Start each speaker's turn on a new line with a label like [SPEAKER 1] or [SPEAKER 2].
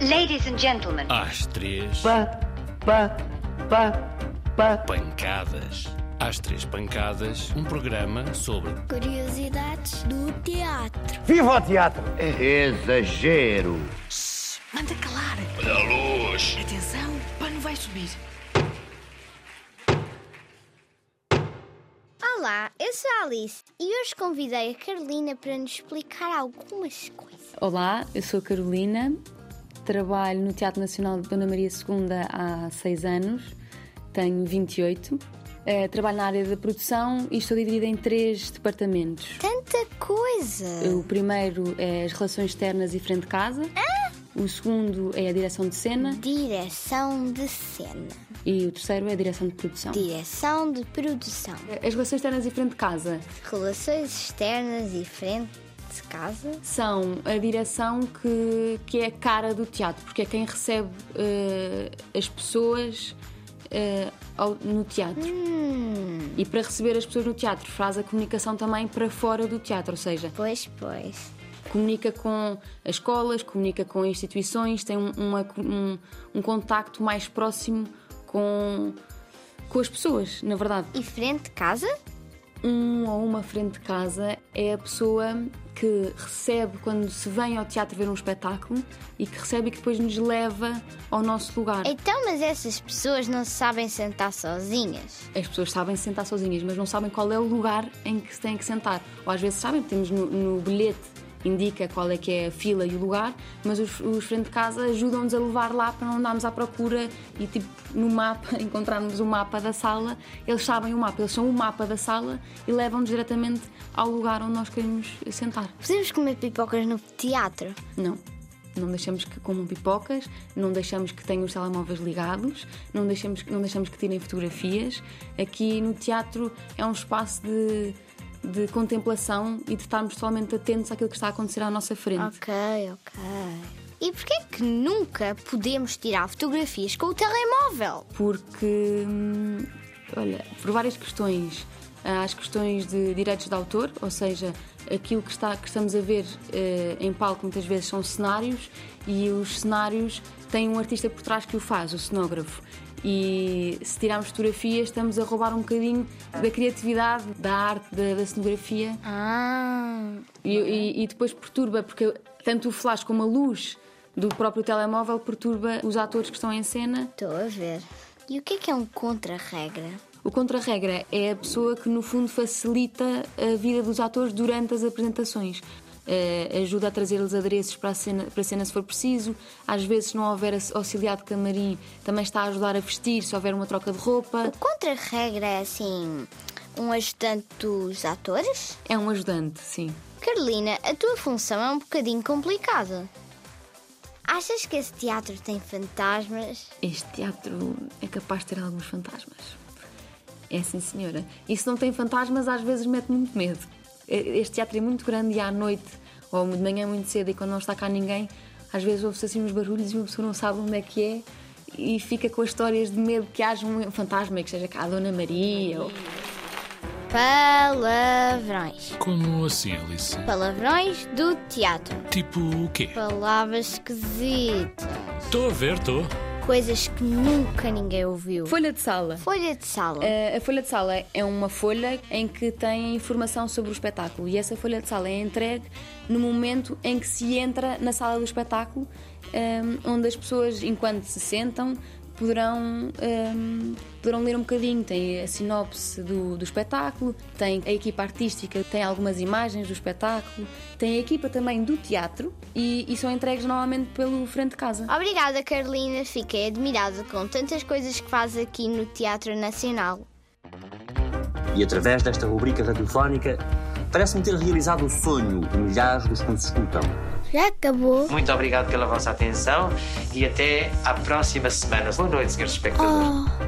[SPEAKER 1] Ladies and gentlemen,
[SPEAKER 2] Às três,
[SPEAKER 3] Pá, pá, pá, pá.
[SPEAKER 2] pancadas. Às três pancadas, um programa sobre
[SPEAKER 4] Curiosidades do teatro.
[SPEAKER 3] Viva o teatro!
[SPEAKER 5] Exagero.
[SPEAKER 6] Manda calar. Olha a luz. Atenção, o pano vai subir.
[SPEAKER 4] Olá, eu sou a Alice e hoje convidei a Carolina para nos explicar algumas coisas.
[SPEAKER 7] Olá, eu sou a Carolina, trabalho no Teatro Nacional de Dona Maria II há 6 anos, tenho 28, eh, trabalho na área da produção e estou dividida em três departamentos.
[SPEAKER 4] Tanta coisa!
[SPEAKER 7] O primeiro é as relações externas e frente de casa, o segundo é a direção de cena
[SPEAKER 4] Direção de cena,
[SPEAKER 7] e o terceiro é a direção de produção.
[SPEAKER 4] direção de produção,
[SPEAKER 7] As relações externas e frente de casa
[SPEAKER 4] relações externas e frente de casa,
[SPEAKER 7] são a direção que, que é a cara do teatro, porque é quem recebe eh, as pessoas eh, ao- no teatro. E para receber as pessoas no teatro, faz a comunicação também para fora do teatro, ou seja,
[SPEAKER 4] pois, pois.
[SPEAKER 7] comunica com as escolas, comunica com instituições, tem um, uma- um, um contacto mais próximo com, com as pessoas, na verdade
[SPEAKER 4] E frente de casa?
[SPEAKER 7] um ou uma frente de casa é a pessoa que recebe quando se vem ao teatro ver um espetáculo e que recebe e que depois nos leva ao nosso lugar.
[SPEAKER 4] Então, mas essas pessoas não sabem sentar sozinhas.
[SPEAKER 7] As pessoas sabem sentar sozinhas, mas não sabem qual é o lugar em que se têm que sentar. Ou às vezes sabem, temos no, no bilhete indica qual é que é a fila e o lugar, mas os, os frente de casa ajudam-nos a levar lá para não andarmos à procura e tipo no mapa, encontrarmos o mapa da sala, eles sabem o mapa, eles são o mapa da sala e levam-nos diretamente ao lugar onde nós queremos sentar.
[SPEAKER 4] Podemos comer pipocas no teatro?
[SPEAKER 7] Não. Não deixamos que comam pipocas, não deixamos que tenham os telemóveis ligados, não deixamos, não deixamos que tirem fotografias. Aqui no teatro é um espaço de, de contemplação e de estarmos totalmente atentos àquilo que está a acontecer à nossa frente.
[SPEAKER 4] Ok, ok. E porquê é que nunca podemos tirar fotografias com o telemóvel?
[SPEAKER 7] Porque, hum, olha, por várias questões. Há as questões de direitos de autor, ou seja, aquilo que, está, que estamos a ver eh, em palco muitas vezes são cenários e os cenários têm um artista por trás que o faz, o cenógrafo. E se tirarmos fotografias, estamos a roubar um bocadinho da criatividade, da arte, da, da cenografia
[SPEAKER 4] Ah,
[SPEAKER 7] e, e- e depois perturba, porque tanto o flash como a luz do próprio telemóvel perturba os atores que estão em cena
[SPEAKER 4] estou a ver. E o que é que é um contra-regra?
[SPEAKER 7] O contra-regra é a pessoa que, no fundo, facilita a vida dos atores durante as apresentações. Eh, ajuda a trazer-lhes adereços para a, cena, para a cena se for preciso. Às vezes, se não houver ac- auxiliar de camarim, também está a ajudar a vestir, se houver uma troca de roupa.
[SPEAKER 4] O contra-regra é assim. um ajudante dos atores?
[SPEAKER 7] É um ajudante, sim.
[SPEAKER 4] Carolina, a tua função é um bocadinho complicada. Achas que esse teatro tem fantasmas?
[SPEAKER 7] Este teatro é capaz de ter alguns fantasmas. É sim, senhora. E se não tem fantasmas, às vezes mete muito medo. E- Este teatro é muito grande e à noite, ou de manhã muito cedo, e quando não está cá ninguém, às vezes ouve-se assim uns barulhos e uma pessoa não sabe onde é que é e fica com as histórias de medo que haja um fantasma, que seja cá a Dona Maria. Ou...
[SPEAKER 4] Palavrões.
[SPEAKER 2] como assim, Alice?
[SPEAKER 4] Palavrões do teatro.
[SPEAKER 2] Tipo o quê?
[SPEAKER 4] Palavras esquisitas.
[SPEAKER 2] Estou a ver, estou.
[SPEAKER 4] Coisas que nunca ninguém ouviu.
[SPEAKER 7] Folha de sala.
[SPEAKER 4] Folha de sala.
[SPEAKER 7] Eh, A folha de sala é uma folha em que tem informação sobre o espetáculo e essa folha de sala é entregue no momento em que se entra na sala do espetáculo, ehm, onde as pessoas, enquanto se sentam, poderão, ehm, poderão ler um bocadinho. Tem a sinopse do, do espetáculo, tem a equipa artística, tem algumas imagens do espetáculo, tem a equipa também do teatro e, e são entregues normalmente pelo frente de casa.
[SPEAKER 4] Obrigada, Carolina. Fiquei admirada com tantas coisas que faz aqui no Teatro Nacional.
[SPEAKER 8] E através desta rubrica radiofónica, parece-me ter realizado o sonho de milhares dos que nos escutam.
[SPEAKER 4] Já acabou?
[SPEAKER 9] Muito obrigado pela vossa atenção e até à próxima semana. Boa noite, senhores espectadores.
[SPEAKER 4] Oh,